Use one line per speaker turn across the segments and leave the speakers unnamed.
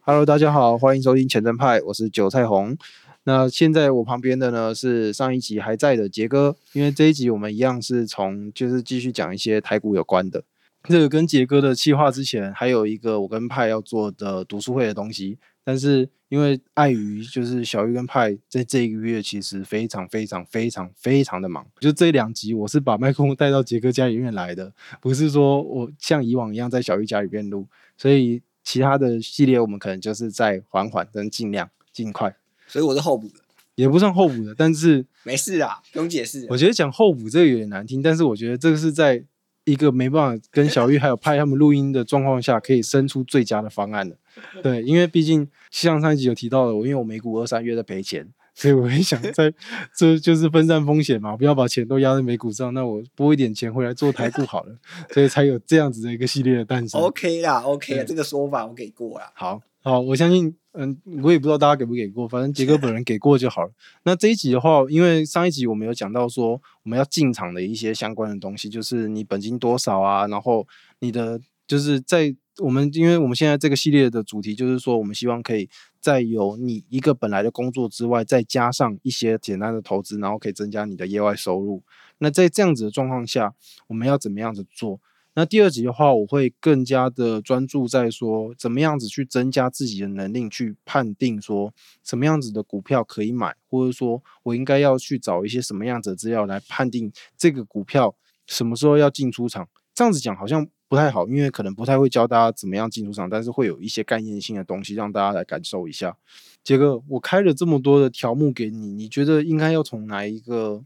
Hello，大家好，欢迎收听前瞻派，我是韭菜红。那现在我旁边的呢是上一集还在的杰哥，因为这一集我们一样是从就是继续讲一些台股有关的。这个跟杰哥的计划之前还有一个我跟派要做的读书会的东西，但是因为碍于就是小玉跟派在这一个月其实非常非常非常非常的忙，就这两集我是把麦克风带到杰哥家里面来的，不是说我像以往一样在小玉家里面录，所以其他的系列我们可能就是在缓缓跟尽量尽快，
所以我是候补的，
也不算候补的。但是
没事啦，不用解释。
我觉得讲候补这个有点难听，但是我觉得这个是在一个没办法跟小玉还有派他们录音的状况下，可以生出最佳的方案的。对，因为毕竟像上一集有提到的，我因为我美股二三月在赔钱。所以我也想在，这就是分散风险嘛，不要把钱都压在美股上。那我拨一点钱回来做台股好了，所以才有这样子的一个系列的诞生。
啊 OK 啦，OK 啦，
对
这个说法我给过啦。
好好，我相信，嗯，我也不知道大家给不给过，反正杰哥本人给过就好了。那这一集的话，因为上一集我们有讲到说，我们要进场的一些相关的东西，就是你本金多少啊，然后你的就是在我们，因为我们现在这个系列的主题就是说，我们希望可以在有你一个本来的工作之外，再加上一些简单的投资，然后可以增加你的业外收入。那在这样子的状况下，我们要怎么样子做？那第二集的话，我会更加的专注在说怎么样子去增加自己的能力，去判定说什么样子的股票可以买，或者说我应该要去找一些什么样子的资料来判定这个股票什么时候要进出场。这样子讲好像不太好，因为可能不太会教大家怎么样进出场，但是会有一些概念性的东西让大家来感受一下。杰哥，我开了这么多的条目给你，你觉得应该要从哪一个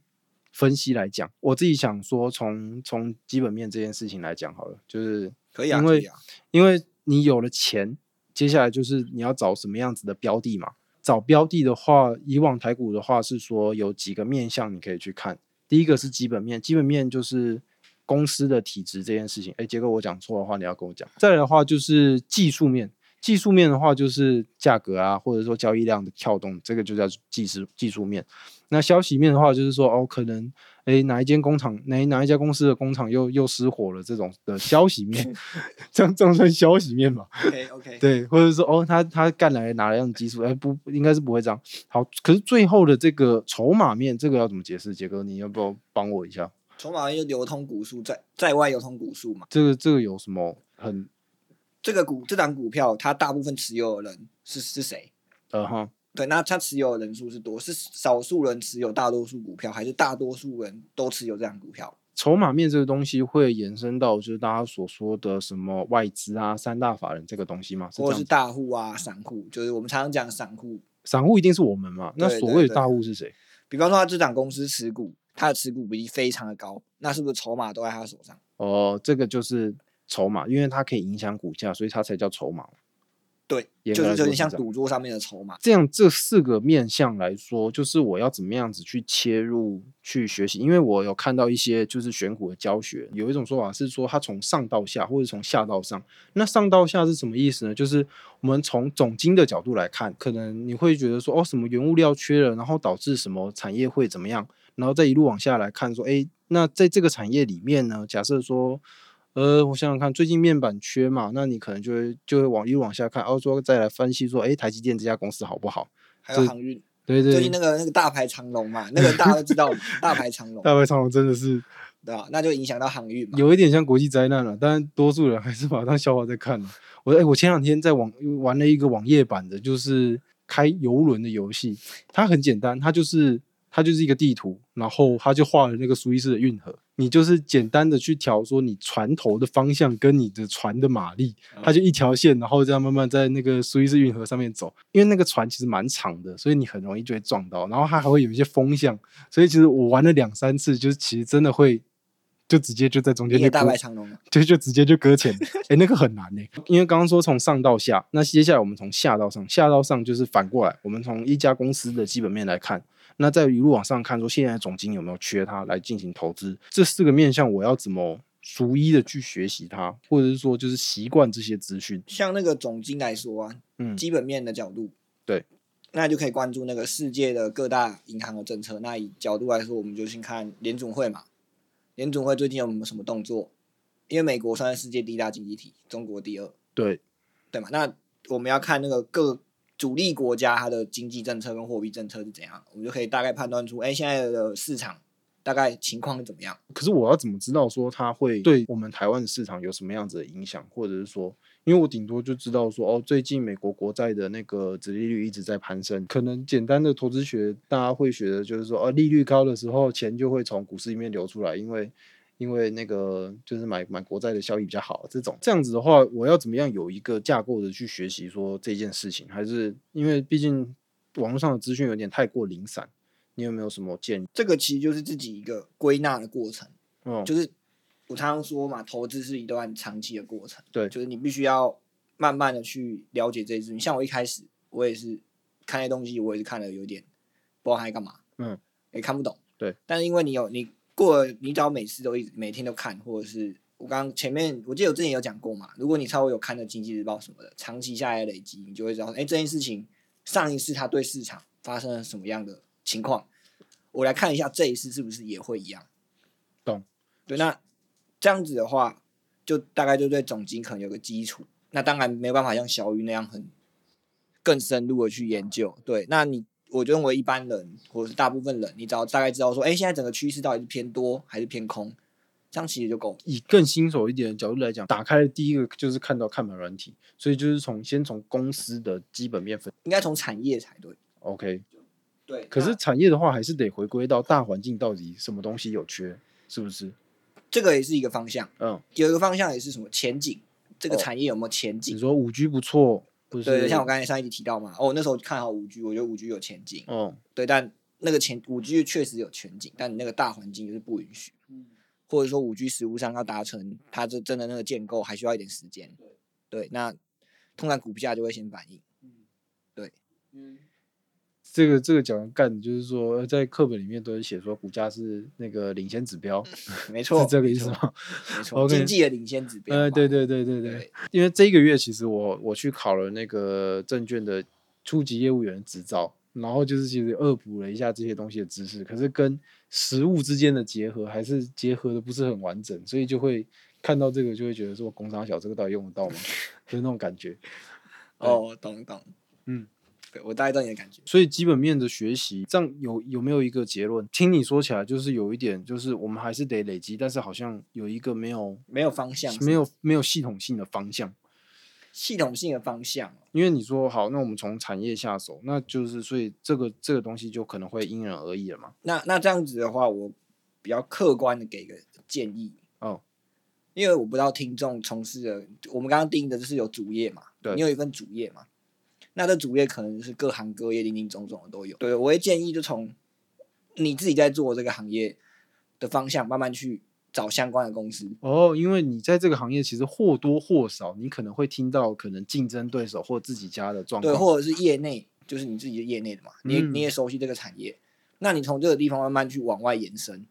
分析来讲？我自己想说从从基本面这件事情来讲好了，就是
可以啊，
因
可
为
以啊。
因为你有了钱，接下来就是你要找什么样子的标的嘛。找标的的话，以往台股的话是说有几个面向你可以去看。第一个是基本面，基本面就是公司的体质这件事情。哎，杰哥，我讲错的话你要跟我讲。再来的话就是技术面，技术面的话就是价格啊，或者说交易量的跳动，这个就叫技术技术面。那消息面的话，就是说哦，可能诶哪一间工厂哪哪一家公司的工厂又又失火了这种的消息 面， 这样这样算消息面吧？
OK OK，
对，或者说哦，他他干来哪样的基数？哎，不，应该是不会这样。好，可是最后的这个筹码面，这个要怎么解释？杰哥，你要不要帮我一下？
筹码就流通股数在在外流通股数嘛。
这个这个有什么很
这个股这档股票，它大部分持有的人是是谁？
呃哈？
对，那它持有的人数是多，是少数人持有大多数股票，还是大多数人都持有这档股票？
筹码面这个东西会延伸到就是大家所说的什么外资啊、三大法人这个东西吗？是这
或者
样
是
子。
大户啊、散户？就是我们常常讲散户，
散户一定是我们嘛？那
对
所
对
谓的
对
大户是谁？
比方说他这档公司持股，他的持股比例非常的高，那是不是筹码都在他手上？
哦、这个就是筹码，因为它可以影响股价，所以它才叫筹码。
对，
严
就
格来
是有
说
点
是
像
这样
赌桌上面的筹码。
这样这四个面向来说，就是我要怎么样子去切入去学习，因为我有看到一些就是选股的教学，有一种说法是说它从上到下，或者从下到上。那上到下是什么意思呢？就是我们从总经的角度来看，可能你会觉得说哦，什么原物料缺了，然后导致什么产业会怎么样，然后再一路往下来看说，哎，那在这个产业里面呢，假设说。呃，我想想看，最近面板缺嘛，那你可能就会就会往一路往下看，然后说再来分析说，哎，台积电这家公司好不好？
还有
这
航运，
对对，
最近那个那个大牌长龙 嘛，那个大家都知道嘛，大牌长龙，
大白长龙真的是
对吧？那就影响到航运嘛。
有一点像国际灾难了，但多数人还是把它当笑话在看了。我哎、我前两天在网玩了一个网页版的，就是开游轮的游戏，它很简单，它就是它就是一个地图，然后它就画了那个苏伊士的运河，你就是简单的去调说你船头的方向跟你的船的马力，它就一条线，然后这样慢慢在那个苏伊士运河上面走。因为那个船其实蛮长的，所以你很容易就会撞到，然后它还会有一些风向，所以其实我玩了两三次，就是其实真的会。就直接就在中间
你
就
也大
割
牌长龙嘛，
就就直接就搁浅了。哎、那个很难呢、因为刚刚说从上到下，那接下来我们从下到上，下到上就是反过来，我们从一家公司的基本面来看，那再一路往上看，说现在的总经有没有缺它来进行投资，这四个面向我要怎么逐一的去学习它，或者是说就是习惯这些资讯，
像那个总经来说啊，
嗯，
基本面的角度，
对，
那就可以关注那个世界的各大银行的政策。那以角度来说，我们就先看联总会嘛，联总会最近有没有什么动作？因为美国算是世界第一大经济体，中国第二，
对，
对嘛？那我们要看那个各主力国家它的经济政策跟货币政策是怎样，我们就可以大概判断出，哎，现在的市场大概情况是怎么样。
可是我要怎么知道说它会对我们台湾的市场有什么样子的影响，或者是说，因为我顶多就知道说，哦，最近美国国债的那个殖利率一直在攀升，可能简单的投资学大家会学的就是说，哦，利率高的时候，钱就会从股市里面流出来，因为。因为那个就是买买国债的效益比较好，这种这样子的话，我要怎么样有一个架构的去学习说这件事情？还是因为毕竟网络上的资讯有点太过零散，你有没有什么建议？
这个其实就是自己一个归纳的过程，
嗯，
就是我常常说嘛，投资是一段长期的过程，
对
就是你必须要慢慢的去了解这些事情。像我一开始，我也是看那些东西，我也是看的有点不知道它在干嘛，
嗯，
也看不懂，
对。
但是因为你有你过了，你只要每次都一直每天都看，或者是我刚刚前面我记得我之前有讲过嘛，如果你稍微有看的经济日报什么的，长期下来累积，你就会知道，哎，这件事情上一次它对市场发生了什么样的情况，我来看一下这一次是不是也会一样。
懂？
对，那这样子的话，就大概就对总金可能有个基础。那当然没有办法像小鱼那样很更深入的去研究。对，那你我认为一般人或者是大部分人，你只要大概知道说，哎，现在整个趋势到底是偏多还是偏空，这样其实就够了。
以更新手一点的角度来讲，打开的第一个就是看到看板软体，所以就是从先从公司的基本面分。
应该从产业才对。
OK，
对，
可是产业的话，还是得回归到大环境到底什么东西有缺，是不是？
这个也是一个方向，
嗯，
有一个方向也是什么前景，这个
哦
产业有没有前景
你？说五 G 不错，不
对
是？
对，像我刚才上一集提到嘛，哦，那时候看好五 G，我觉得五 G 有前景。
嗯，
对，但那个前五 G 确实有前景，但你那个大环境就是不允许，或者说五 G 实物上要达成它这真的那个建构还需要一点时间，对，那通常股价就会先反应，
这个这个讲的干，就是说呃在课本里面都是写说股价是那个领先指标，
嗯没错，
是这个
没
意思
错
吗？
没错，
OK
经济的领先指标嘛，
呃，对对对对对，
对，
因为这一个月其实我我去考了那个证券的初级业务员的执照，然后就是其实恶补了一下这些东西的知识，可是跟实物之间的结合还是结合的不是很完整，所以就会看到这个就会觉得说工商小这个到底用得到吗？就是那种感觉。
哦，懂懂，
嗯，
对我大概懂你的感觉，
所以基本面的学习，这样有有没有一个结论？听你说起来，就是有一点，就是我们还是得累积，但是好像有一个没有
没有方向，
没有没有系统性的方向。
系统性的方向哦，
因为你说好，那我们从产业下手，那就是所以这个这个东西就可能会因人而异了嘛。
那那这样子的话，我比较客观的给个建议，
哦，
因为我不知道听众从事的，我们刚刚定义的就是有主业嘛，
对
你有一份主业嘛，那这主业可能是各行各业林林总总的都有。对，我会建议就从你自己在做这个行业的方向，慢慢去找相关的公司。
哦，因为你在这个行业其实或多或少，你可能会听到可能竞争对手或自己家的状
对，
况。
或者是业内，就是你自己的业内的嘛，你也、
嗯
你也熟悉这个产业，那你从这个地方慢慢去往外延伸，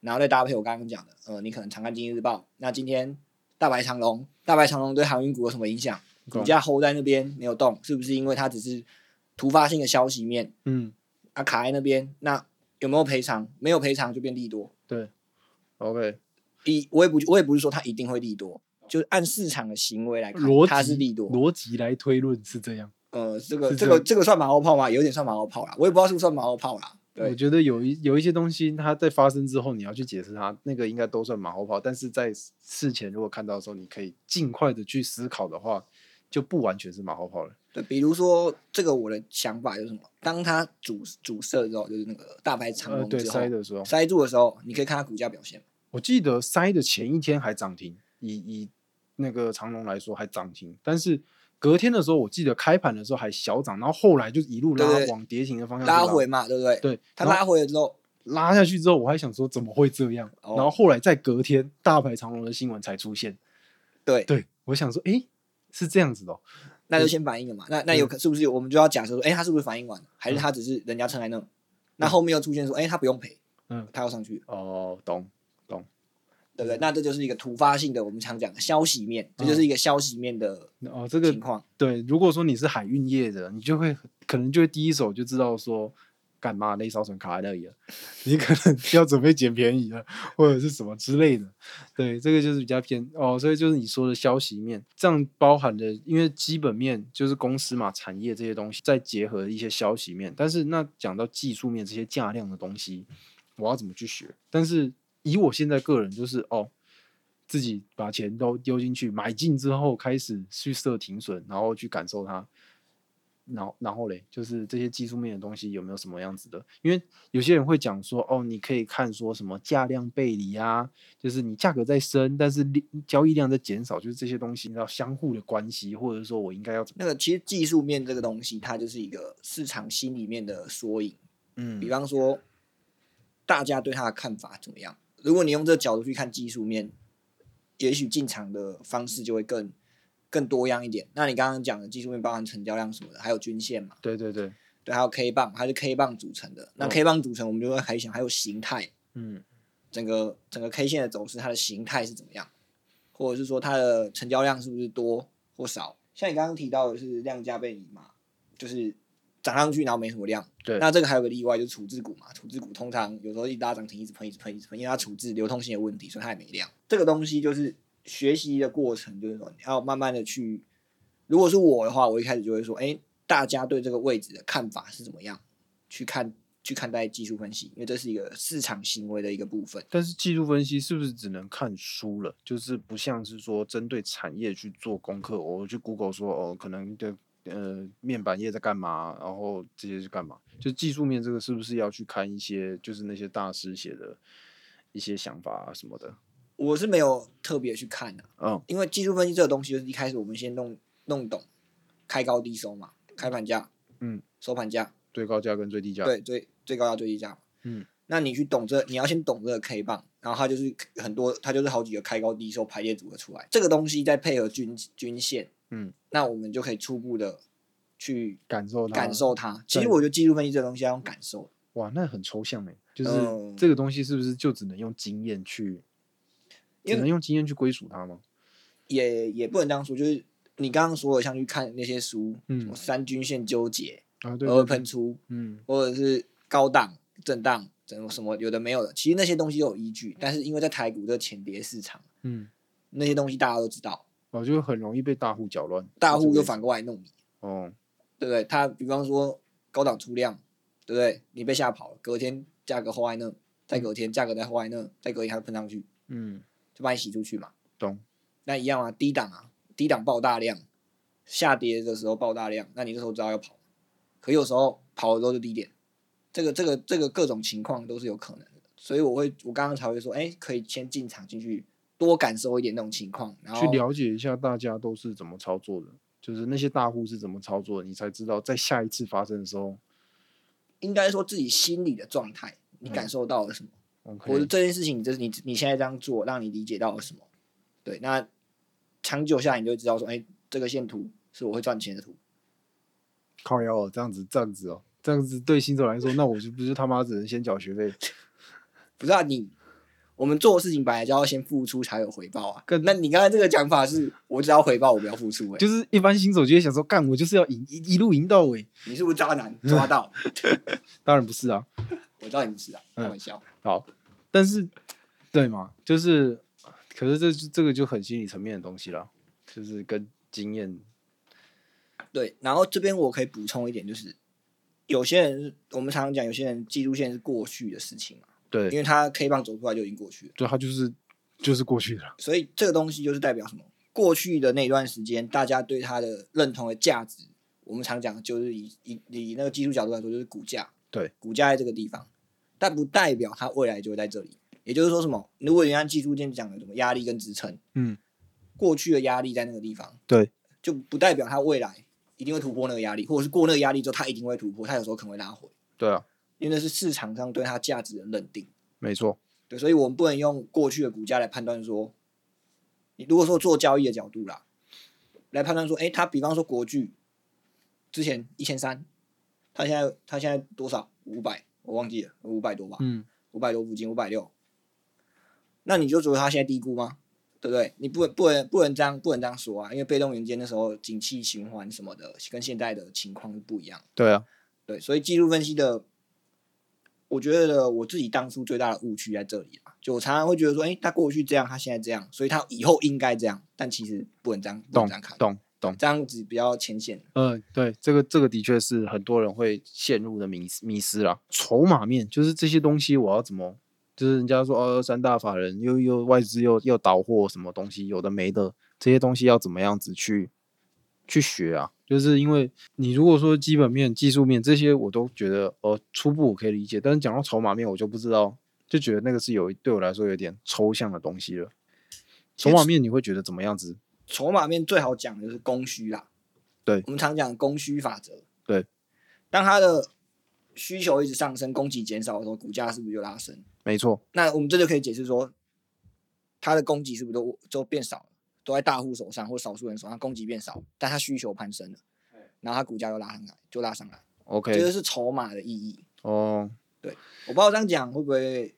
然后再搭配我刚刚讲的，呃，你可能常看《经济日报》，那今天大白长龙，大白长龙对航运股有什么影响？股
懂
价 hold 在那边没有动，是不是因为它只是突发性的消息面
嗯
啊卡在那边？那有没有赔偿？没有赔偿就变利多。
，OK，
一我也不我也不是说它一定会利多，就是按市场的行为来看，
逻辑
它是利多。
逻辑来推论是这样。
呃，这个
是
这
这
个
样
这个算马后炮吗？有点算马后炮啦，我也不知道是不是算马后炮啦。
我
对，
觉得有一有一些东西，它在发生之后，你要去解释它，那个应该都算马后炮。但是在事前如果看到的时候，你可以尽快的去思考的话，就不完全是马后炮了。
对，比如说这个我的想法就是什么？当它主主射之后，就是那个大白长
呃，
龙
对，
之后、
塞的时候，
塞住的时候，你可以看它股价表现。
我记得塞的前一天还涨停，以以那个长龙来说还涨停，但是隔天的时候，我记得开盘的时候还小涨，然后后来就一路拉
对对
往跌停的方向去
拉回，嘛，对不对？
对，
它
然后
拉回了之后，
拉下去之后，我还想说怎么会这样，
哦
然后后来在隔天大牌长龙的新闻才出现，
对，
对我想说，诶，是这样子的哦、
那就先反应了嘛。那
嗯
那有可是不是有我们就要假设说，哎，它是不是反应完了？还是它只是人家撑在那？那后面又出现说，哎，它不用赔，
嗯，
它又上去了，
哦，懂，
对不对？那这就是一个突发性的，我们常讲的消息面，这就是一个消息面的
哦，嗯这个
情况。
对，如果说你是海运业的，你就会可能就会第一手就知道说干嘛那一烧成卡在那里了， 你可能要准备捡便宜了，或者是什么之类的。对，这个就是比较偏哦，所以就是你说的消息面，这样包含的，因为基本面就是公司嘛、产业这些东西，再结合一些消息面。但是那讲到技术面这些价量的东西，我要怎么去学？但是以我现在个人，就是哦，自己把钱都丢进去，买进之后开始去设停损，然后去感受它。然后，然后嘞，就是这些技术面的东西有没有什么样子的？因为有些人会讲说，哦，你可以看说什么价量背离啊，就是你价格在升，但是利交易量在减少，就是这些东西要相互的关系，或者说我应该要怎么？
那个其实技术面这个东西，它就是一个市场心里面的缩影。
嗯
比方说，大家对它的看法怎么样？如果你用这个角度去看技术面，也许进场的方式就会更更多样一点。那你刚刚讲的技术面包含成交量什么的，还有均线嘛？
对对对，
对，还有 K 棒，它是 K 棒组成的。那
嗯
K 棒组成，我们就会还想还有形态，
嗯
整个整个 K 线的走势，它的形态是怎么样，或者是说它的成交量是不是多或少？像你刚刚提到的是量价背离嘛，就是涨上去然后没什么量。
对
那这个还有个例外就是处置股嘛，处置股通常有时候一拉涨停一直喷一直喷一直喷，因为它处置流通性的问题，所以它也没量。这个东西就是学习的过程，就是说你要慢慢的去。如果是我的话，我一开始就会说，哎，大家对这个位置的看法是怎么样？去看去看待技术分析，因为这是一个市场行为的一个部分。
但是技术分析是不是只能看书了？就是不像是说针对产业去做功课，我去 Google 说哦，可能的呃面板业在干嘛，然后这些是干嘛？就技术面这个是不是要去看一些就是那些大师写的一些想法啊什么的？
我是没有特别去看的、
嗯，
因为技术分析这个东西，就是一开始我们先弄弄懂开高低收嘛，开盘价，
嗯，
收盘价，
最高价跟最低价。
对，最最高价最低价嘛，
嗯，
那你去懂这，你要先懂这个 K 棒，然后它就是很多，它就是好几个开高低收排列组合出来，这个东西再配合均均线，
嗯，
那我们就可以初步的去
感受它
感受它。其实
对
我觉得技术分析这个东西要用感受，
哇，那很抽象哎，就是
嗯
这个东西是不是就只能用经验去，
因为
只能用经验去归属它吗？
也也不能这样说，就是你刚刚说的，像去看那些书，
嗯
什么三均线纠结，
啊，对，对对
额外呃喷出，
嗯
或者是高档、震荡，怎么什么有的没有的，其实那些东西都有依据，但是因为在台股这个浅碟市场，
嗯，
那些东西大家都知道，
我哦就很容易被大户搅乱，
大
是这
户
个
就
意思
反过来弄你，
哦，
对不对？他比方说高档出量，对不对？你被吓跑了，隔天价格后来呢，再隔天价格再后来呢，再隔天还会喷上去，
嗯，
就把你洗出去嘛。
懂，
那一样啊，低档啊，低档爆大量，下跌的时候爆大量，那你这时候知道要跑，可有时候跑了之后就低点，这个这个这个各种情况都是有可能的，所以我会我刚刚才会说，哎，可以先进场进去多感受一点那种情况，然后
去了解一下大家都是怎么操作的，就是那些大户是怎么操作的，你才知道在下一次发生的时候
应该说自己心理的状态，你
嗯
感受到了什么，
，OK，
或者这件事情，就是你你现在这样做，让你理解到了什么，对，那长久下来你就会知道说，哎，这个线图是我会赚钱的图，
靠腰哦，这样子，这样子哦，这样子对新手来说，那我就不是他妈只能先缴学 费，
不是啊，你我们做的事情本来就要先付出才有回报啊
更。
那你刚才这个讲法是，我只要回报，我不要付出、欸，
就是一般新手就会想说，干，我就是要赢一一路赢到尾，
你是不是渣男？
嗯
抓到，
当然不是啊，
我知道你不是啊，
嗯
开玩笑。
好，但是对嘛，就是，可是这这个就很心理层面的东西啦，就是跟经验，
对，然后这边我可以补充一点，就是有些人我们常常讲，有些人技术线是过去的事情嘛，因
对，
为他 K 棒走出来就已经过去了，
就它就是就是过去的啦，
所以这个东西就是代表什么？过去的那段时间，大家对它的认同的价值，我们常讲就是以以以那个技术角度来说，就是股价。
对，
股价在这个地方，但不代表它未来就会在这里。也就是说，什么？如果人家技术线讲的什么压力跟支撑，
嗯，
过去的压力在那个地方，
对，
就不代表它未来一定会突破那个压力，或者是过那个压力之后，它一定会突破，它有时候可能会拉回，
对啊，
因为那是市场上对它价值的认定。
没错，
对，所以我们不能用过去的股价来判断说，你如果说做交易的角度啦，来判断说，哎，它比方说国巨之前一千三，它现在它现在多少？五百，我忘记了，五百多吧，
嗯，
五百多附近，五百六。那你就觉得它现在低估吗？对不对？你不不能不能这样不能这样说啊，因为被动元件那时候景气循环什么的，跟现在的情况不一样。
对啊，
对，所以技术分析的我觉得我自己当初最大的误区在这里啊，就我常常会觉得说，哎、他过去这样，他现在这样，所以他以后应该这样，但其实不能这样，不能
懂
这样看，
懂懂，
这样子比较浅显。
呃，对，这个这个的确是很多人会陷入的迷思迷失啦。筹码面就是这些东西，我要怎么？就是人家说哦，三大法人又又外资又又倒货什么东西，有的没的，这些东西要怎么样子去去学啊？就是因为你如果说基本面、技术面这些，我都觉得呃初步我可以理解，但是讲到筹码面，我就不知道，就觉得那个是有对我来说有点抽象的东西了。筹码面你会觉得怎么样子？
筹码面最好讲的就是供需啦。
对
我们常讲供需法则。
对，
当它的需求一直上升，供给减少的时候，股价是不是就拉升？
没错，
那我们这就可以解释说，它的供给是不是都都变少了，都在大户手上或少数人手上，供给变少，但它需求攀升了，然后它股价又拉上来，就拉上来，这就
OK，
是筹码的意义。
哦，
我不知道这样讲会不会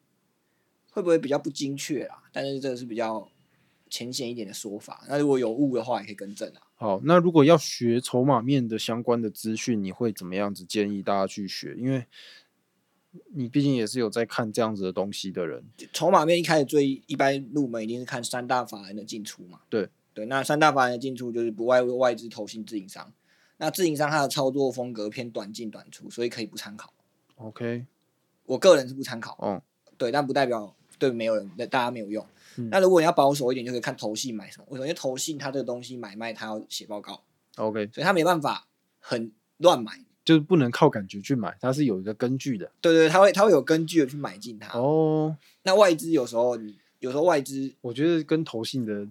会不会比较不精确啦，但是这个是比较浅显一点的说法。那如果有误的话，也可以更正啊。
好，那如果要学筹码面的相关的资讯，你会怎么样子建议大家去学？因为你毕竟也是有在看这样子的东西的人，
筹码面一开始最一般入门一定是看三大法人的进出嘛。
对
对，那三大法人的进出就是不外乎外资、投信、自营商。那自营商它的操作风格偏短进短出，所以可以不参考。
OK，
我个人是不参考，
哦，
对，但不代表对没有人对大家没有用。
嗯
那如果你要保守一点，就可以看投信买什么。为什么？因为投信它这个东西买卖它要写报告，
，OK，
所以它没办法很乱买。
就是不能靠感觉去买，它是有一个根据的。
对对，对它会它会有根据的去买进它。
哦，
那外资有时候你有时候外资
我觉得跟投信的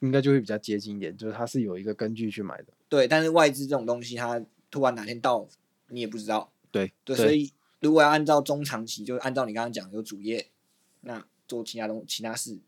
应该就会比较接近一点，就是它是有一个根据去买的。
对，但是外资这种东西，它突然哪天到，你也不知道。
对
对，所以如果要按照中长期，就按照你刚刚讲的有主业，那做其他东其他事，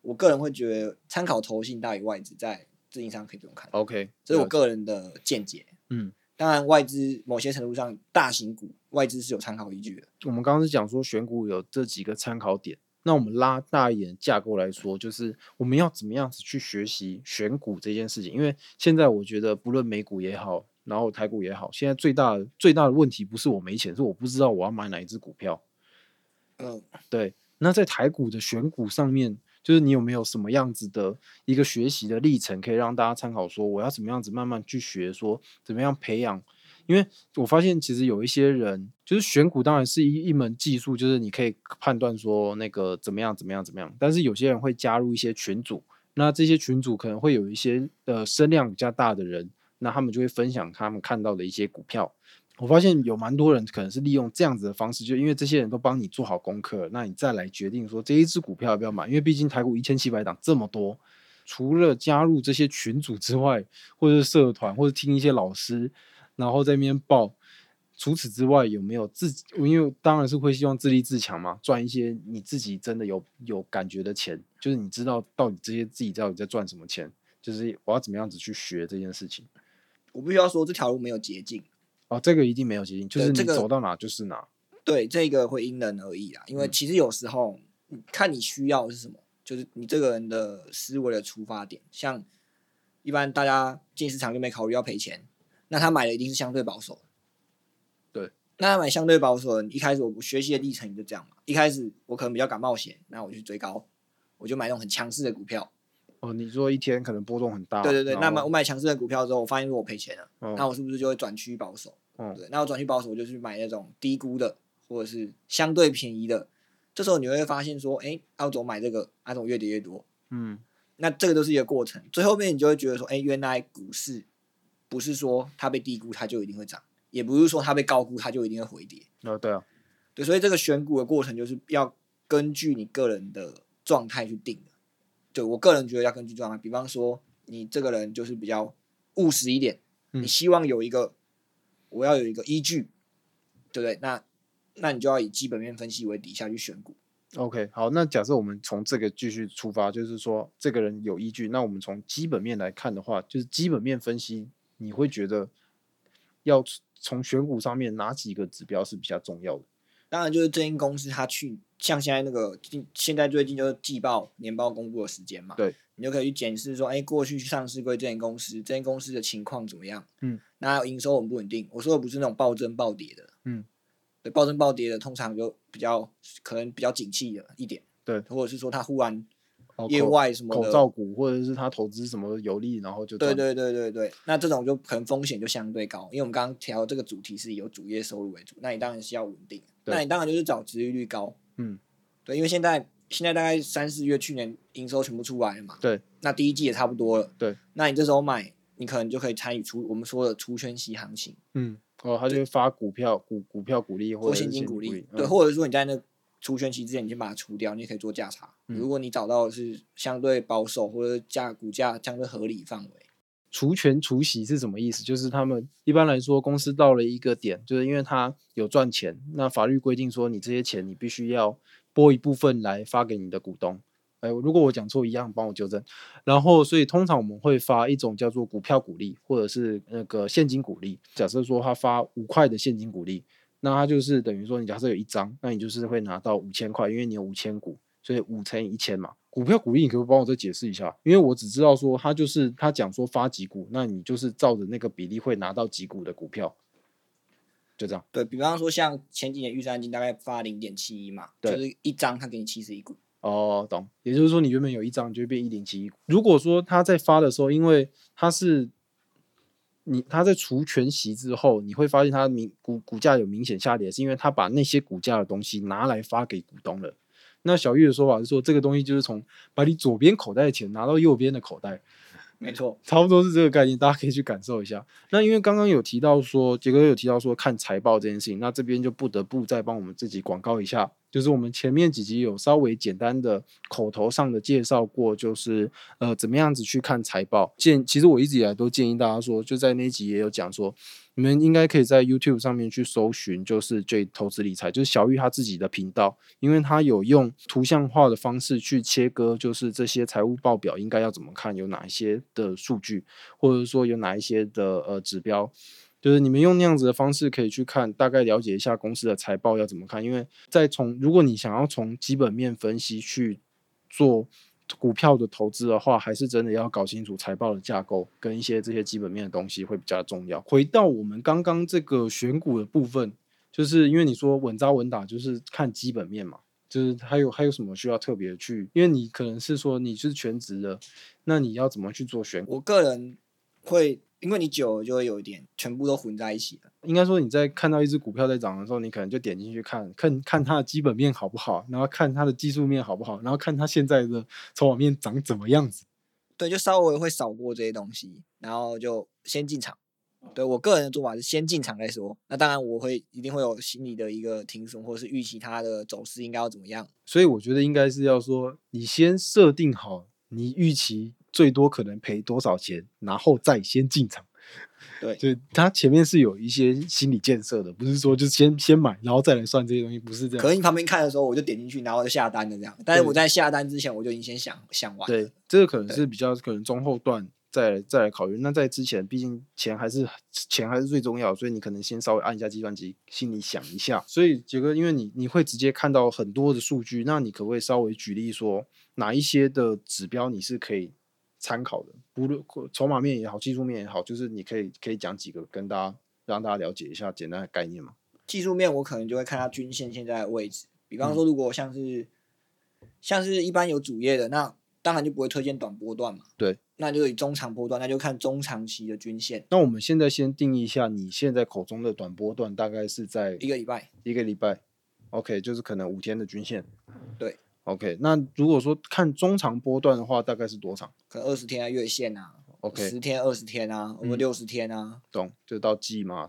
我个人会觉得参考投信大于外资，在自营上可以不用看，
OK，
这是我
哦了解
个人的见解。
嗯，
当然外资某些程度上，大型股外资是有参考依据的。
我们刚刚是讲说选股有这几个参考点，那我们拉大一点的架构来说，就是我们要怎么样子去学习选股这件事情？因为现在我觉得不论美股也好，然后台股也好，现在最大的最大的问题不是我没钱，是我不知道我要买哪一只股票。
嗯，
对，那在台股的选股上面，就是你有没有什么样子的一个学习的历程，可以让大家参考？说我要怎么样子慢慢去学，说怎么样培养？因为我发现其实有一些人，就是选股当然是一一门技术，就是你可以判断说那个怎么样怎么样怎么样，但是有些人会加入一些群组，那这些群组可能会有一些呃声量比较大的人，那他们就会分享他们看到的一些股票。我发现有蛮多人可能是利用这样子的方式，就因为这些人都帮你做好功课，那你再来决定说这一只股票要不要买，因为毕竟台股一千七百档这么多，除了加入这些群组之外，或者是社团，或者听一些老师，然后在那边报。除此之外，有没有自己？因为当然是会希望自立自强嘛，赚一些你自己真的有有感觉的钱，就是你知道到底这些自己到底在赚什么钱，就是我要怎么样子去学这件事情。
我必须要说这条路没有捷径。
哦，这个一定没有捷径，就
对
是你
这个
走到哪就是哪。
对，这个会因人而异啦，因为
嗯
其实有时候嗯看你需要的是什么，就是你这个人的思维的出发点。像一般大家进市场就没考虑要赔钱，那他买的一定是相对保守的。
对，
那他买相对保守的，一开始我学习的历程就这样嘛。一开始我可能比较敢冒险，那我就去追高，我就买那种很强势的股票。
哦，你说一天可能波动很大。
对对对，
然
那么
后
我买强势的股票之后，我发现我赔钱了，
哦
那我是不是就会转趋保守？
嗯
对，那我转去保守，我就去买那种低估的或者是相对便宜的。这时候你会发现说，哎、阿总买这个，阿总越跌越多。
嗯，
那这个都是一个过程，最后面你就会觉得说，哎、原来股市不是说它被低估它就一定会涨，也不是说它被高估它就一定会回跌。
哦对啊，
对，所以这个选股的过程就是要根据你个人的状态去定的。对我个人觉得要根据状态，比方说你这个人就是比较务实一点，
嗯
你希望有一个我要有一个依据，对不对？那那你就要以基本面分析为底下去选股。
OK，好，那假设我们从这个继续出发，就是说这个人有依据，那我们从基本面来看的话，就是基本面分析，你会觉得要从从选股上面哪几个指标是比较重要的？
当然，就是这间公司它去像现在那个近现在最近就是季报、年报公布的时间嘛，
对，
你就可以去检视说，哎，过去上市过这间公司，这间公司的情况怎么样？
嗯，
那营收很不稳定。我说的不是那种暴增暴跌的，
嗯，
对，暴增暴跌的通常就比较可能比较景气的一点，
对
或者是说它忽然
哦
业
口
外什么
口
的，
罩股或者是他投资什么有利，然后就
对
赚
对对对对，那这种就可能风险就相对高，因为我们刚刚调这个主题是以有主业收入为主，那你当然是要稳定，
对
那你当然就是找殖利率高，
嗯，
对，因为现在现在大概三四月去年营收全部出来了嘛，
对，
那第一季也差不多了，
对，
那你这时候买，你可能就可以参与出我们说的出圈息行情，
嗯，哦，他就会发股票股股票股利或
或
者是
现金
股
股利，
嗯
对，或者说你在那除权期之前，你先把它除掉，你也可以做价差。
嗯
如果你找到的是相对保守或者价股价相对合理范围，
除权除息是什么意思？就是他们一般来说，公司到了一个点，就是因为他有赚钱，那法律规定说你这些钱你必须要拨一部分来发给你的股东。哎，如果我讲错，一样帮我纠正。然后，所以通常我们会发一种叫做股票股利，或者是那个现金股利。假设说他发五块的现金股利，那他就是等于说你假设有一张，那你就是会拿到五千块，因为你有五千股。所以五乘以一千嘛。股票股利，你可不可以帮我再解释一下？因为我只知道说他就是他讲说发几股，那你就是照着那个比例会拿到几股的股票，就这样。
对比方说像前几年预算金大概发零点七一嘛，就
对
是一张它给你七十一股，
哦，懂。也就是说，你原本有一张，你就会变一零七一股。如果说他在发的时候，因为他是你他在除权息之后，你会发现他明股股价有明显下跌，是因为他把那些股价的东西拿来发给股东了。那小玉的说法是说，这个东西就是从把你左边口袋的钱拿到右边的口袋，
没错，
差不多是这个概念，大家可以去感受一下。 那因为刚刚有提到说，杰哥有提到说看财报这件事情，那这边就不得不再帮我们自己广告一下，就是我们前面几集有稍微简单的口头上的介绍过，就是呃怎么样子去看财报。建其实我一直以来都建议大家说，就在那一集也有讲说，你们应该可以在 YouTube 上面去搜寻，就是最投资理财，就是小玉他自己的频道，因为他有用图像化的方式去切割，就是这些财务报表应该要怎么看，有哪一些的数据，或者说有哪一些的呃指标，就是你们用那样子的方式可以去看，大概了解一下公司的财报要怎么看，因为再从如果你想要从基本面分析去做股票的投资的话，还是真的要搞清楚财报的架构跟一些这些基本面的东西会比较重要。回到我们刚刚这个选股的部分，就是因为你说稳扎稳打，就是看基本面嘛。就是还有还有什么需要特别去？因为你可能是说你是全职的，那你要怎么去做选股？
我个人会因为你久了就会有一点全部都混在一起了，
应该说你在看到一只股票在涨的时候，你可能就点进去看，看看它的基本面好不好，然后看它的技术面好不好，然后看它现在的筹码面长怎么样子。
对，就稍微会扫过这些东西，然后就先进场。
哦
对我个人的做法是先进场再说，那当然我会一定会有心理的一个停损，或是预期它的走势应该要怎么样。
所以我觉得应该是要说，你先设定好你预期最多可能赔多少钱，然后再先进场。
对
就它前面是有一些心理建设的，不是说就先先买，然后再来算这些东西，不是这
可
样。
能你旁边看的时候，我就点进去，然后就下单了这样。但是
对
我在下单之前，我就已经先想想完了
对。，这个可能
对
是比较可能中后段再来再来考虑。那在之前，毕竟钱还是钱还是最重要的，所以你可能先稍微按一下计算机，心里想一下。所以杰哥，因为你你会直接看到很多的数据，那你可不可以稍微举例说哪一些的指标你是可以参考的？不论筹码面也好，技术面也好，就是你可以可以讲几个跟大家让大家了解一下简单的概念嘛。
技术面我可能就会看它均线现在的位置。比
嗯
方说，如果像是、像是一般有主业的，那当然就不会推荐短波段嘛。
对，
那就以中长波段，那就看中长期的均线，
那我们现在先定义一下，你现在口中的短波段大概是在
一个礼拜。
一个礼拜，OK，就是可能五天的均线。
对
，OK，那如果说看中长波段的话，大概是多长
可能二十天啊，月线啊，
？OK，
十天、二十天啊，我们
嗯
六十天啊，
懂，就到季嘛。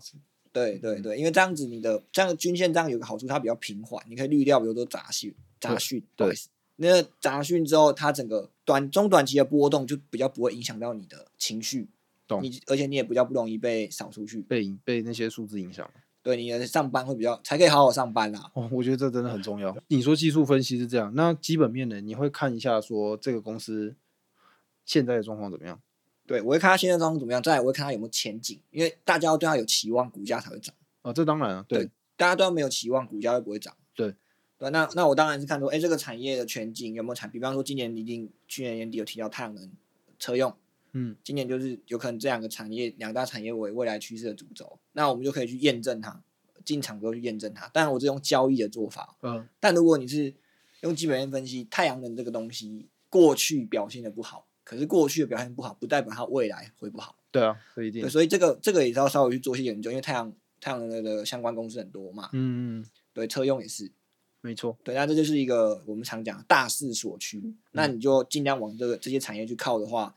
对对对，因为这样子你的这样的均线这样有个好处，它比较平缓，你可以滤掉比如说杂讯、杂讯，不好意思。那杂讯之后，它整个短中短期的波动就比较不会影响到你的情绪，
懂
你而且你也比较不容易被扫出去，
被影被那些数字影响
对你的上班会比较才可以好好上班啊啦。
哦，我觉得这真的很重要。你说技术分析是这样，那基本面呢？你会看一下说这个公司现在的状况怎么样？
对我会看它现在状况怎么样，再来我会看它有没有前景，因为大家要对它有期望，股价才会涨。
啊、这当然啊，对，
大家都没有期望，股价会不会涨？
对，
对，啊那那我当然是看说，哎，这个产业的全景有没有产？比方说今年一定，去年年底有提到太阳能、车用，
嗯，
今年就是有可能这两个产业，两大产业为未来趋势的主轴，那我们就可以去验证它进场之后去验证它。当然，我是用交易的做法。哦
嗯
但如果你是用基本面分析，太阳能这个东西过去表现的不好，可是过去的表现不好，不代表它未来会不好。
对啊，这一定
对，所以这个这个也是要稍微去做一些研究，因为太阳太阳能的相关公司很多嘛，
嗯，嗯
对，车用也是。
没错，
对，那这就是一个我们常讲的大势所趋。
嗯
那你就尽量往这个这些产业去靠的话，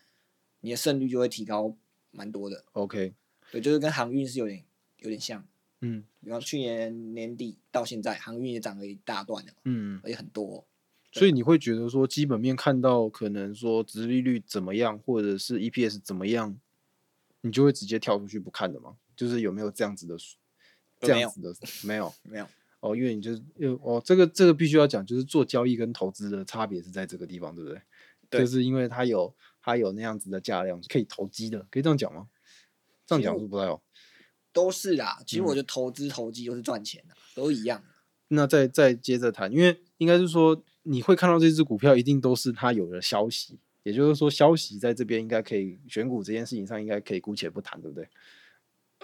你的胜率就会提高蛮多的。
，OK，
对，就是跟航运是有点有点像。
嗯
比方说去年年底到现在，航运也涨了一大段了，
嗯，
而且很多。
所以你会觉得说基本面看到可能说殖利率怎么样，或者是 EPS 怎么样，你就会直接跳出去不看的吗？就是有没有这样子的数，
呃
这
没
样子的没有
有没有，
哦，因为你就是因为哦，这个这个必须要讲，就是做交易跟投资的差别是在这个地方，对不对？
对
就是因为它有它有那样子的价量可以投机的，可以这样讲吗？这样
其实
讲
我
是不太好。
都是啦。其实
嗯
我觉得投资投机就是赚钱的，都一样。
那再再接着谈，因为应该是说你会看到这只股票，一定都是它有了消息，也就是说消息在这边应该可以选股这件事情上应该可以姑且不谈，对不对？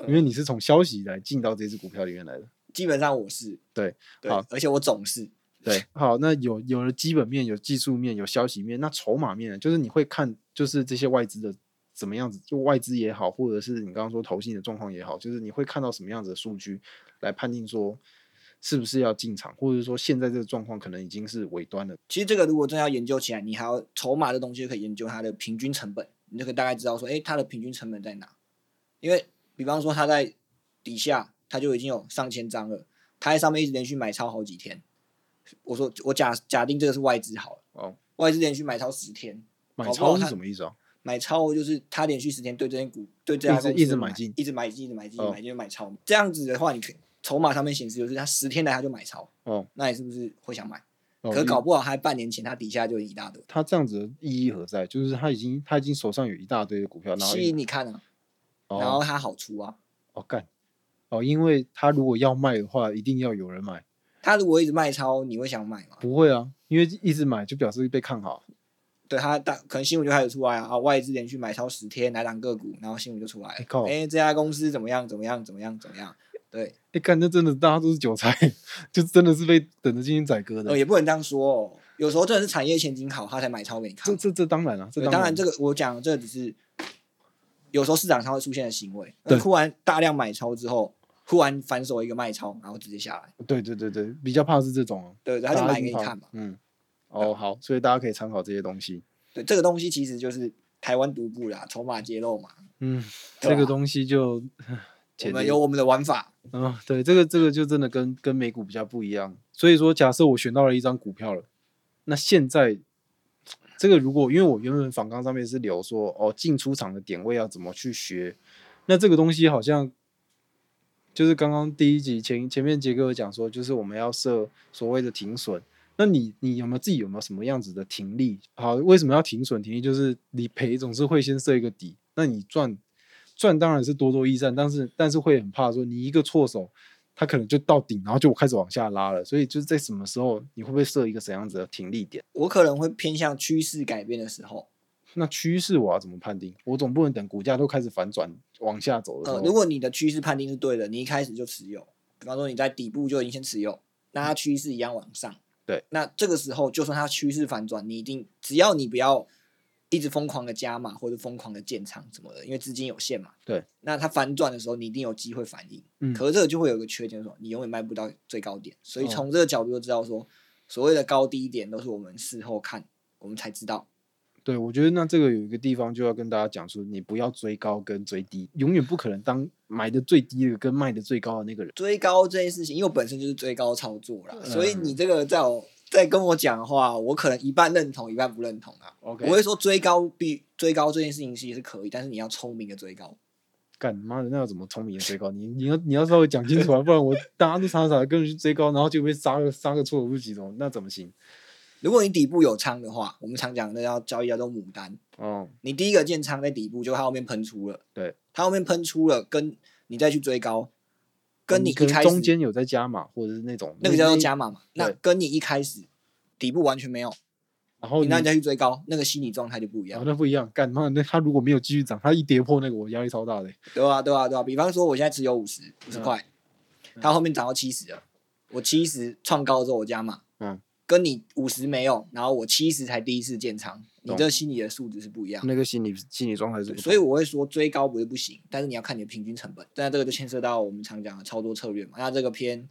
因为你是从消息来进到这只股票里面来的。
基本上我是
对
对
好，
而且我总是
对，好，那有有了基本面，有技术面，有消息面，那筹码面呢就是你会看，就是这些外资的怎么样子，就外资也好，或者是你刚刚说投信的状况也好，就是你会看到什么样子的数据来判定说是不是要进场，或者说现在这个状况可能已经是尾端了。
其实这个如果真要研究起来，你还要筹码的东西就可以研究它的平均成本，你就可以大概知道说，哎，它的平均成本在哪？因为比方说它在底下，它就已经有上千张了，它在上面一直连续买超好几天。我说我假假定这个是外资好了，
哦，
外资连续买超十天，
买
搞不
超
好
是
它
什么意思啊？
买超就是它连续十天对这间股对这家
一直
公司
一直买进
一直买进，一直买进，一
哦
直买进，一直买超。这样子的话，你可以筹码上面显示就是它十天来它就买超，
哦，
那你是不是会想买？
哦
可
一
搞不好它半年前它底下就有一大堆。
他这样子的意义何在？就是他已经他已经手上有一大堆的股票，然后
吸引你看啊，然后
哦
它好出啊。
哦干哦，因为他如果要卖的话，一定要有人买。
它如果一直卖超，你会想买吗？
不会啊，因为一直买就表示被看好。
对它大可能新闻就开始出来啊，啊外资连续买超十天，哪档个股，然后新闻就出来
哎
了
靠，
哎、这家公司怎么样怎么样怎么样怎么样？对，
哎，干，那真的大家都是韭菜， 就真的是被等着进行宰割的
呃，。也不能这样说哦，有时候真的是产业前景好，它才买超给你
这
看。
这这当然了、啊这
对，当然
然
这个我讲的这只是有时候市场上会出现的行为，
对
忽然大量买超之后，忽然反手一个卖超，然后直接下来，
对对对对，比较怕是这种、啊，
对，他就
大家
买给
一
你
定怕
看嘛。啊
嗯，哦好，所以大家可以参考这些东西。
对，这个东西其实就是台湾独步啦，筹码揭露嘛。
嗯，
对
这个
啊
东西就
我
简
们
直
有我们的玩法，
啊、对，这个这个就真的跟跟美股比较不一样。所以说，假设我选到了一张股票了，那现在这个如果因为我原本访纲上面是留说哦进出场的点位要怎么去学，那这个东西好像就是刚刚第一集前前面杰哥有讲说，就是我们要设所谓的停损。那你你有没有自己有没有什么样子的停利？好，为什么要停损？停利就是你赔总是会先设一个底，那你赚赚当然是多多益善，但是但是会很怕说你一个错手，它可能就到顶，然后就开始往下拉了。所以就是在什么时候你会不会设一个怎样子的停利点？
我可能会偏向趋势改变的时候。
那趋势我要怎么判定？我总不能等股价都开始反转往下走的时
呃
候，，
如果你的趋势判定是对的，你一开始就持有，比方说你在底部就已经先持有，那它趋势一样往上。
对，
那这个时候就算它趋势反转，你一定只要你不要一直疯狂的加码或者疯狂的建仓什么的，因为资金有限嘛。
对，
那它反转的时候，你一定有机会反应。
嗯
可是这个就会有一个缺点，就是说你永远卖不到最高点。所以
哦
从这个角度就知道说，所谓的高低点都是我们事后看，我们才知道。
对我觉得那这个有一个地方就要跟大家讲说，你不要追高跟追低，永远不可能当买的最低的跟卖的最高的那个人。
追高这件事情，因为我本身就是追高操作啦，
嗯
所以你这个在我在跟我讲的话，我可能一半认同，一半不认同啊。
OK，
我会说追高必追高这件事情其实是可以，但是你要聪明的追高。
干妈的，那要怎么聪明的追高？你你要你要稍微讲清楚啊，不然 我大家都傻傻的跟着去追高，然后就被杀个杀个措手不及，怎么那怎么行？
如果你底部有仓的话，我们常讲的要交易叫做牡丹，
哦，
你第一个建仓在底部，就它后面喷出了，
对，
它后面喷出了，跟你再去追高，跟你
可
一
能
开
嗯
始
中间有在加码或者是那种
那个叫做加，码嘛，
对
那跟你一开始底部完全没有，
然后你
你
哦
那你再去追高，那个心理状态就不一
然
样
后。那不一样，干妈的那他如果没有继续涨，他一跌破那个我压力超大的欸、嗯
对啊，对啊，对啊。比方说，我现在持有五十五十块，它后面涨到七十了，我七十创高之后我加码，
嗯，
跟你五十没有，然后我七十才第一次建仓，你这心理的素质是不一样的。
那个心理心理状态是嗯不
啊对
同，
所以我会说追高不是不行，但是你要看你的平均成本。但这个就牵涉到我们常讲的操作策略嘛。那这个偏，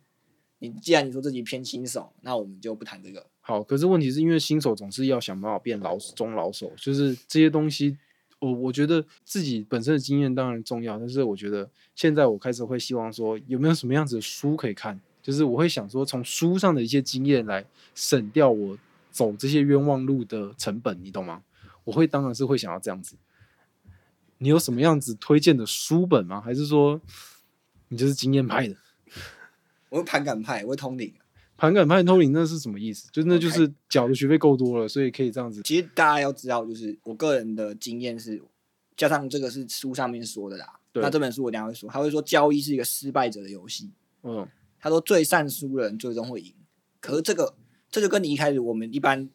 你既然你说自己偏新手，那我们就不谈这个。
好，可是问题是因为新手总是要想办法变老中老手，就是这些东西，我我觉得自己本身的经验当然重要，但是我觉得现在我开始会希望说有没有什么样子的书可以看，就是我会想说从书上的一些经验来省掉我走这些冤枉路的成本，你懂吗？我会当然是会想要这样子。你有什么样子推荐的书本吗？还是说你就是经验派的？
我会盘感派，我会通灵。
盘感派通灵那是什么意思？就那就
OK
是缴的学费够多了，所以可以这样子
其实大家要知道，就是我个人的经验是，加上这个是书上面说的啦。
对
那这本书我等一下会说，他会说交易是一个失败者的游戏。
嗯
他说最善输的人最终会赢。可是这个这就跟你一开始我们一般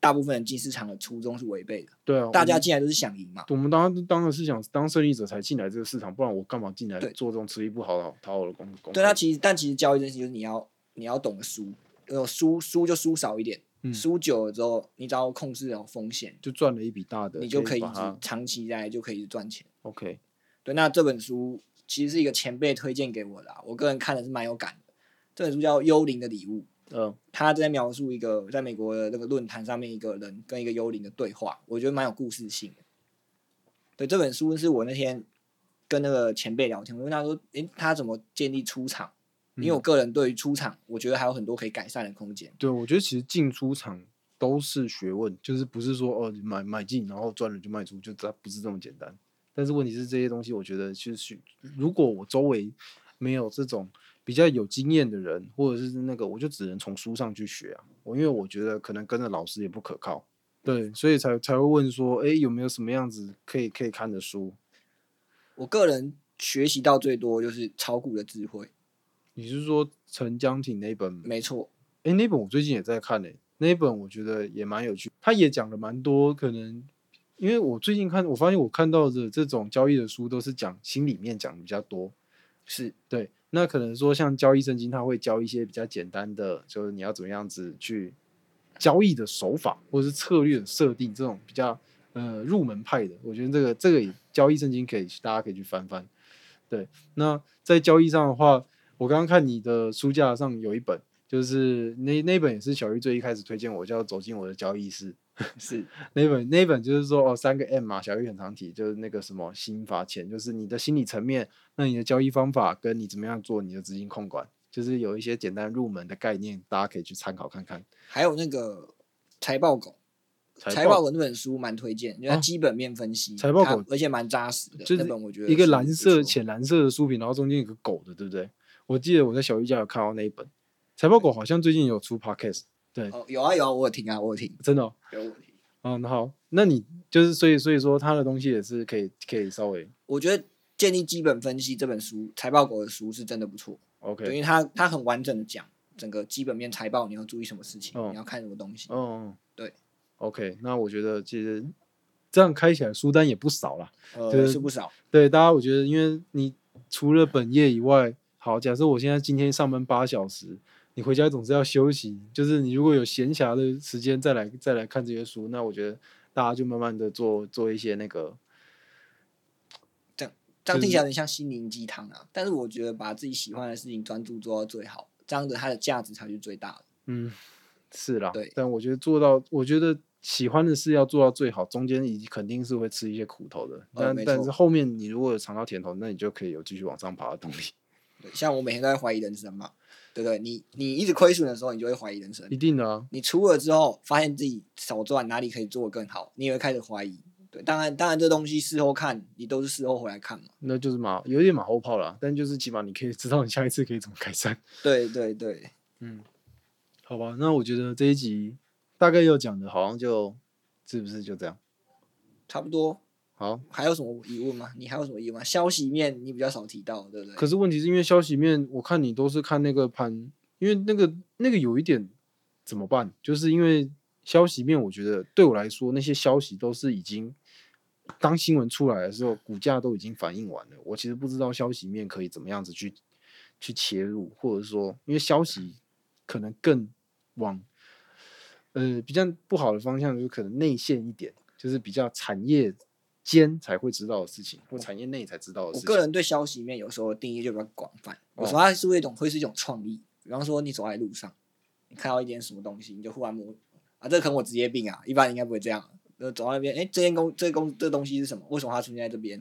大部分人进市场的初衷是违背的。，
对啊，
大
我
家
们
进来都是想赢嘛。
我们当然当然是想当胜利者才进来这个市场，不然我干嘛进来
对
做这种吃力不讨好讨好的工工作？
对，那其实但其实交易这件事就是你要你要懂得输，呃，输输就输少一点，
嗯
输久了之后，你只要控制好风险，
就赚了一笔大的，
你就可以一
把
直
它
长期来就可以一直赚钱。
OK。
对，那这本书其实是一个前辈推荐给我的啊、我个人看的是蛮有感的。这本书叫《幽灵的礼物》，
嗯，
他在描述一个在美国的那个论坛上面一个人跟一个幽灵的对话，我觉得蛮有故事性的。对，这本书是我那天跟那个前辈聊天，我问他说：“诶，他怎么建立出场？”因为我个人对于出场，我觉得还有很多可以改善的空间。
对，我觉得其实进出场都是学问，就是不是说哦你买买进然后赚了就卖出，就它不是这么简单。但是问题是这些东西，我觉得就是如果我周围没有这种比较有经验的人，或者是那个，我就只能从书上去学啊。我因为我觉得可能跟着老师也不可靠，对，所以才才会问说，哎，有没有什么样子可以可以看的书？
我个人学习到最多就是炒股的智慧，
你是说陈江挺那本吗？
没错，
哎、那本我最近也在看诶、那一本我觉得也蛮有趣，他也讲了蛮多，可能因为我最近看，我发现我看到的这种交易的书都是讲心里面讲的比较多，
是
对，那可能说像交易圣经，他会教一些比较简单的，就是你要怎么样子去交易的手法，或者是策略的设定这种比较呃入门派的。我觉得这个这个也交易圣经可以去大家可以去翻翻。对，那在交易上的话，我刚刚看你的书架上有一本，就是那那本也是小玉最一开始推荐我，叫《走进我的交易室》。
是，
那本那本就是说哦，三个 M 嘛，小玉很常提，就是那个什么心法钱，就是你的心理层面，那你的交易方法跟你怎么样做你的资金控管，就是有一些简单入门的概念，大家可以去参考看看。
还有那个财报狗，财报狗那本书蛮推荐，因为它基本面分析，
哦财报狗
它而且蛮扎实的，
就是
那本我觉得
一个
是
蓝
啊不
色
错
浅蓝色的书评，然后中间有个狗的，对不对？我记得我在小玉家有看到那一本财报狗，好像最近有出 podcast，对，
哦，有啊有啊，我有听啊，我有听，
真的、哦。
有我有听。
嗯，好，那你就是所以所以说他的东西也是可以可以稍微
我觉得建立基本分析这本书，财报狗的书是真的不错，对，因
OK，
为它它很完整的讲整个基本面财报你要注意什么事情，
哦
你要看什么东西，
嗯，
对
，OK，那我觉得其实这样开起来书单也不少啦。就是
呃，是不少。
对大家，我觉得因为你除了本业以外，好，假设我现在今天上班八小时，你回家总是要休息，就是你如果有闲暇的时间再来再来看这些书，那我觉得大家就慢慢的做做一些那个，
这样
就是
听起来有点像心灵鸡汤啊，但是我觉得把自己喜欢的事情专注做到最好，这样子它的价值才是最大的。
嗯，是啦，
对
但我觉得做到，我觉得喜欢的事要做到最好，中间已肯定是会吃一些苦头的，但、
哦没
但
错
是后面你如果有尝到甜头，那你就可以有继续往上爬的 动力，
对，像我每天都在怀疑人生嘛，对不对？你你一直亏损的时候，你就会怀疑人生
一。定的啊，
你出了之后，发现自己少赚，哪里可以做得更好，你也会开始怀疑。对，当然，当然这东西事后看，你都是事后回来看嘛。
那就是马有点马后炮啦，但就是起码你可以知道你下一次可以怎么改善。
对对对，
嗯，好吧，那我觉得这一集大概要讲的，好像就是不是就这样。
差不多。
好，
还有什么疑问吗？你还有什么疑问吗？消息面你比较少提到，对不对？
可是问题是因为消息面，我看你都是看那个盘，因为那个那个有一点怎么办？就是因为消息面，我觉得对我来说，那些消息都是已经当新闻出来的时候，股价都已经反应完了。我其实不知道消息面可以怎么样子去去切入，或者说，因为消息可能更往呃比较不好的方向，就是可能内线一点，就是比较产业间才会知道的事情，或产业内才知道的
我
事
个
情。
人对消息面有时候定义就比较广泛，
哦
我说它是会一种会是一种创意。比方说你走在路上，你看到一点什么东西，你就忽然摸啊，这可能我职业病啊，一般人应该不会这样。就走到那边，哎，这间公这公这东西是什么？为什么它出现在这边？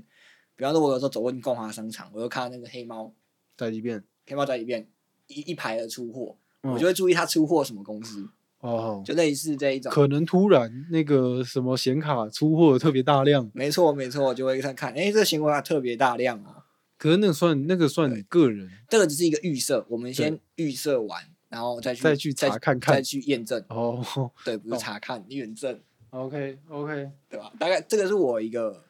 比方说，我有时候走过去逛华商场，我就看到那个黑猫，
再一遍
黑猫在里面一一排的出货，
嗯
我就会注意它出货什么公司，
哦，
就类似这一种。
可能突然那个什么显卡出货特别大量，
没错没错，我就会看看，哎，这个行为它特别大量啊，
可是那个算那个算你个人
这个只是一个预设，我们先预设完，然后再去
再去查看看
再去验证，
哦。
对，不
哦
是查看，验证，
OK OK，
对吧？大概这个是我一个，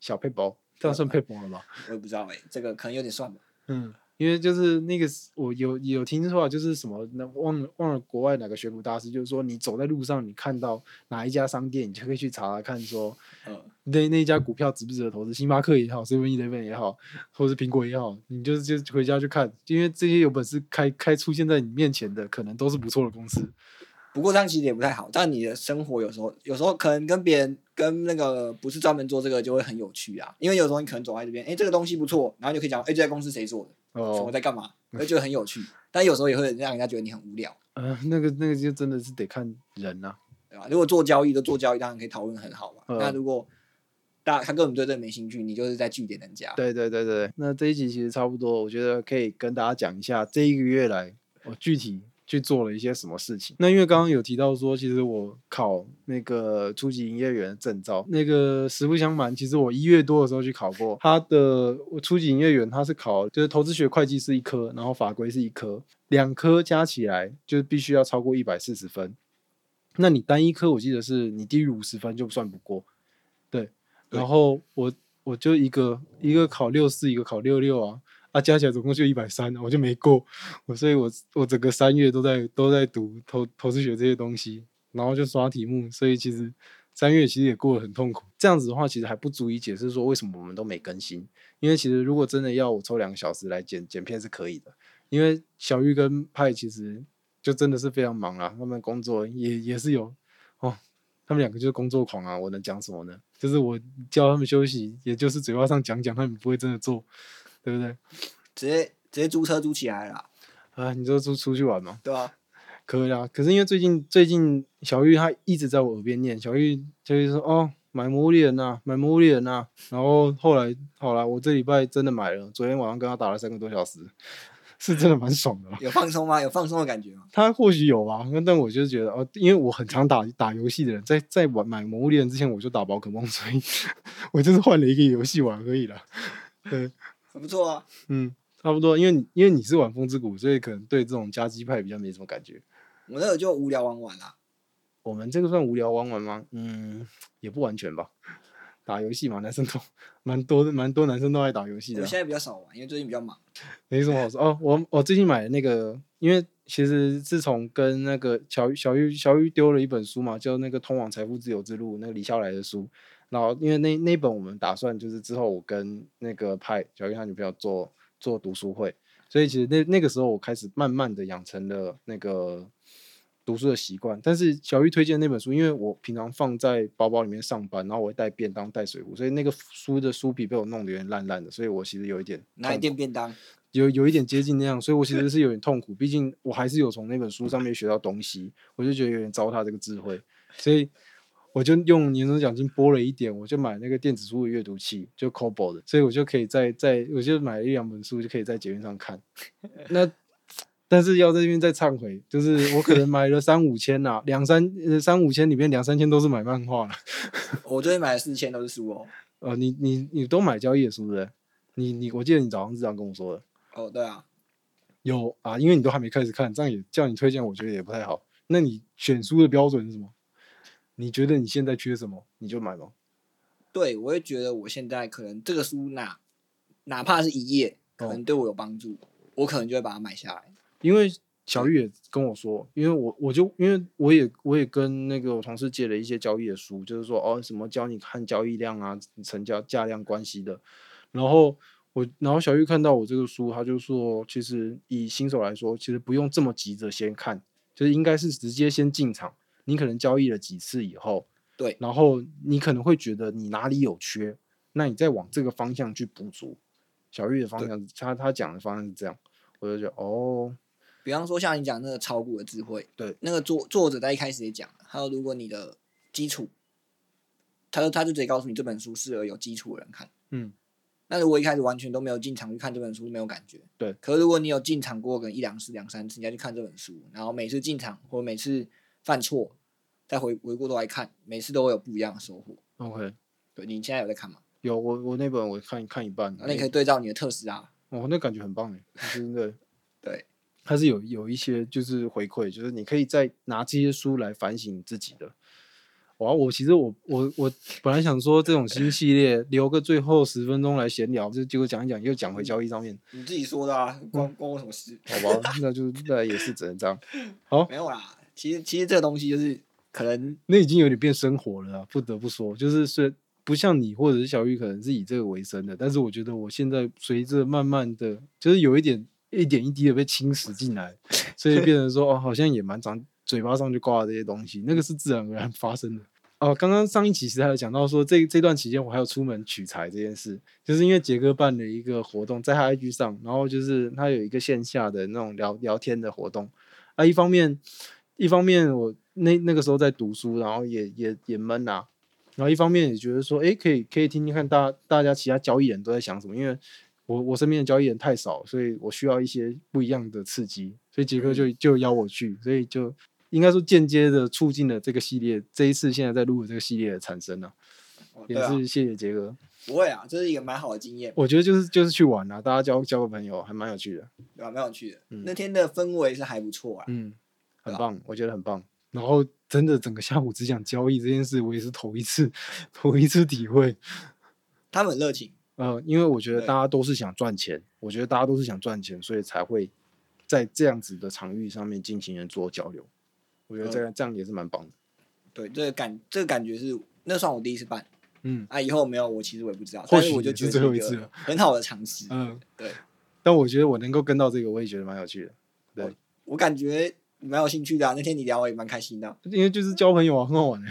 小配包，这样算配包了吧？
我也不知道哎、这个可能有点算吧。
嗯，因为就是那个我有有听说啊，就是什么那忘了忘了国外哪个学徒大师，就是说你走在路上，你看到哪一家商店，你就可以去查查看说
嗯，
那那家股票值不值得投资，星巴克也好，Seven Eleven 也好，或是苹果也好，你就是就回家去看，因为这些有本事开开出现在你面前的，可能都是不错的公司。
不过这样其实也不太好，但你的生活有时候有时候可能跟别人跟那个不是专门做这个就会很有趣啊，因为有时候你可能走在这边，哎、这个东西不错，然后你就可以讲，哎、这家公司谁做的，什么
哦，
在干嘛，那就很有趣。但有时候也会让人家觉得你很无聊，
呃，那个那个就真的是得看人啊呐、
对吧？如果做交易都做交易，当然可以讨论很好嘛。
嗯
那如果大他根本对这没兴趣，你就是在据点人家。
对对对对，那这一集其实差不多，我觉得可以跟大家讲一下这一个月来我具体去做了一些什么事情。那因为刚刚有提到说，其实我考那个初级营业员的证照，那个实不相瞒，其实我一月多的时候去考过，他的我初级营业员他是考就是投资学会计是一科，然后法规是一科，两科加起来就是必须要超过一百四十分。那你单一科我记得是你低于五十分就算不过，对。
对
然后我我就一个一个考六四，一个考六六啊，啊加起来总共就一百三，我就没过。我所以我我整个三月都在都在读投投资学这些东西，然后就刷题目，所以其实三月其实也过得很痛苦。这样子的话，其实还不足以解释说为什么我们都没更新，因为其实如果真的要我抽两个小时来剪剪片是可以的，因为小玉跟派其实就真的是非常忙啊，他们工作也也是有哦，他们两个就是工作狂啊，我能讲什么呢？就是我叫他们休息，也就是嘴巴上讲讲，他们不会真的做，对不对？
直接直接租车租起来了啦，
啊，你就出出去玩嘛，
对吧、
可以啦。可是因为最近最近小玉她一直在我耳边念，小玉小玉说哦买魔物猎人呐、买魔物猎人呐、然后后来好啦，我这礼拜真的买了，昨天晚上跟他打了三个多小时， 是真的蛮爽的啦。啊
有放松吗？ 有放松的感觉吗？
他或许有吧，但我就觉得哦，因为我很常打打游戏的人，在在玩买《魔物猎人》之前，我就打宝可梦，所以我就是换了一个游戏玩而已啦。对，
很不错啊，
嗯，差不多，因为你因为你是玩风之谷，所以可能对这种夹击派比较没什么感觉。
我那个就无聊玩玩啦、
我们这个算无聊玩玩吗？嗯，也不完全吧。打游戏嘛，男生都蛮多的，蛮多男生都爱打游戏
我
的啊
现。在比较少玩，因为最近比较忙。
没什么好说哦。我我最近买的那个，因为其实自从跟那个小玉小玉小玉丢了一本书嘛，叫那个《通往财富自由之路》，那个李笑来的书。然后因为那那本我们打算就是之后我跟那个派小玉他女朋友做做读书会，所以其实那那个时候我开始慢慢的养成了那个读书的习惯。但是小玉推荐那本书，因为我平常放在包包里面上班，然后我会带便当带水壶，所以那个书的书皮被我弄得有点烂烂的，所以我其实有一点
拿一
痛
点便当，
有有一点接近那样，所以我其实是有点痛苦，毕竟我还是有从那本书上面学到东西，我就觉得有点糟蹋这个智慧，所以我就用年终奖金拨了一点，我就买那个电子书的阅读器，就 Kobo 的，所以我就可以在在我就买了一两本书，就可以在捷运上看。那但是要在这边再忏悔，就是我可能买了三五千呐、两三呃三五千里面两三千都是买漫画了。
我最近买了四千都是书哦。
呃，你你你都买交易的书的，你你我记得你早上是这样跟我说的。
哦，对啊，
有啊，因为你都还没开始看，这样也叫你推荐，我觉得也不太好。那你选书的标准是什么？你觉得你现在缺什么，你就买吧。
对，我也觉得我现在可能这个书哪哪怕是一页，可
哦
能对我有帮助，我可能就会把它买下来。
因为小玉也跟我说，因为我我就因为我也我也跟那个我同事借了一些交易的书，就是说哦什么教你看交易量啊、成交价量关系的，然后我然后小玉看到我这个书，他就说，其实以新手来说，其实不用这么急着先看，就是应该是直接先进场。你可能交易了几次以后，
对
然后你可能会觉得你哪里有缺，那你再往这个方向去补足。小玉的方
对
向，他他讲的方向是这样，我就觉得哦，
比方说像你讲那个炒股的智慧，
对，
那个作作者在一开始也讲了，还有如果你的基础，他就他就直接告诉你这本书适合有基础的人看。
嗯，
那如果一开始完全都没有进场去看这本书，没有感觉。
对
可是如果你有进场过个一两次、两三次，你再去看这本书，然后每次进场或每次犯错，再回回过头来看，每次都会有不一样的收获。
，OK，
对你现在有在看吗？
有我我那本我看看一半，
那你可以对照你的特斯拉，
哦，那感觉很棒哎，真的。
对，
它是有有一些就是回馈，就是你可以再拿这些书来反省你自己的。哇，我其实我我我本来想说这种新系列留个最后十分钟来闲聊，就结果讲一讲又讲回交易上 面，
你自己说的啊，关关我什么事？
好吧，那就那也是只能这样。好，
没有啦，其实其实这个东西就是可能
那已经有点变生活了啊，不得不说，就是是不像你或者是小玉可能是以这个为生的，但是我觉得我现在随着慢慢的，就是有一点一点一滴的被侵蚀进来，所以变成说哦，好像也蛮长，嘴巴上就挂了这些东西，那个是自然而然发生的。哦，刚刚上一期其实还有讲到说，这这段期间我还有出门取材这件事，就是因为杰哥办了一个活动，在他 IG 上，然后就是他有一个线下的那种聊聊天的活动，啊，一方面，一方面我那那个时候在读书，然后也也也闷啊，然后一方面也觉得说，诶，可以可以听听看大大家其他交易人都在想什么，因为我我身边的交易人太少，所以我需要一些不一样的刺激，所以杰哥
嗯
就就邀我去，所以就应该说间接的促进了这个系列，这一次现在在录的这个系列的产生啊，
哦
也
对啊，
是谢谢杰哥，
不会啊，这是一个蛮好的经验，
我觉得就是就是去玩啊，大家交交个朋友还蛮有趣的，
对吧、蛮有趣的。
嗯
那天的氛围是还不错啊，
嗯，很
对啊
棒，我觉得很棒。然后真的整个下午只讲交易这件事，我也是头一次， 头一次体会。
他们很热情，
呃，因为我觉得
对
大家都是想赚钱，我觉得大家都是想赚钱，所以才会在这样子的场域上面进行人做交流。我觉得这样、这样也是蛮棒的。
对，这个感这个感觉是那算我第一次办
嗯
啊，以后有没有我其实我也不知道，
或
但
许
是我就觉得
也是最后一
个
次了
很好的尝试。
嗯、
对，
但我觉得我能够跟到这个，我也觉得蛮有趣的。
我感觉蛮有兴趣的、啊，那天你聊我也蛮开心的啊、
因为就是交朋友啊，很好玩的、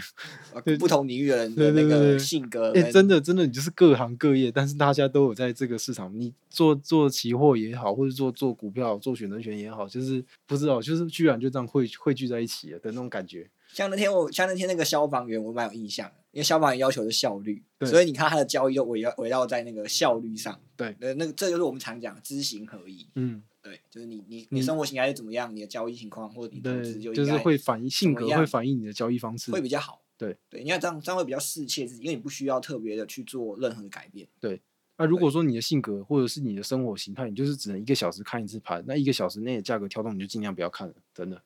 啊
对
不同领域的人
对
的
对
那
对
个
对
性格
哎、
跟
真的真的，你就是各行各业，但是大家都有在这个市场，你做做期货也好，或者做做股票、做选择权也好，就是不知道，就是居然就这样汇汇聚在一起了的那种感觉。
像那天我像那天那个消防员，我蛮有印象的，因为消防员要求是效率，
对
所以你看他的交易都围绕围绕在那个效率上。
对
呃，那个这就是我们常讲的知行合一。
嗯，
对，就是你你
你
你生活形态是怎么样，你的交易情况或者你投资
对，
就
就
应
是
该
会反映性
怎
格，
么
会
样
反映你的交易方式。
会比较好。
对
对，你看这样这样会比较适切自己，因为你不需要特别的去做任何的改变。
那如
对
果说你的性格或者是你的生活形态，你就是只能一个小时看一次盘，那一个小时内的价格跳动你就尽量不要看了，真的，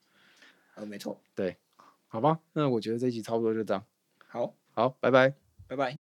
呃，没错。
好吧？那我觉得这一集差不多就这样，
好，
好，拜拜。
拜拜。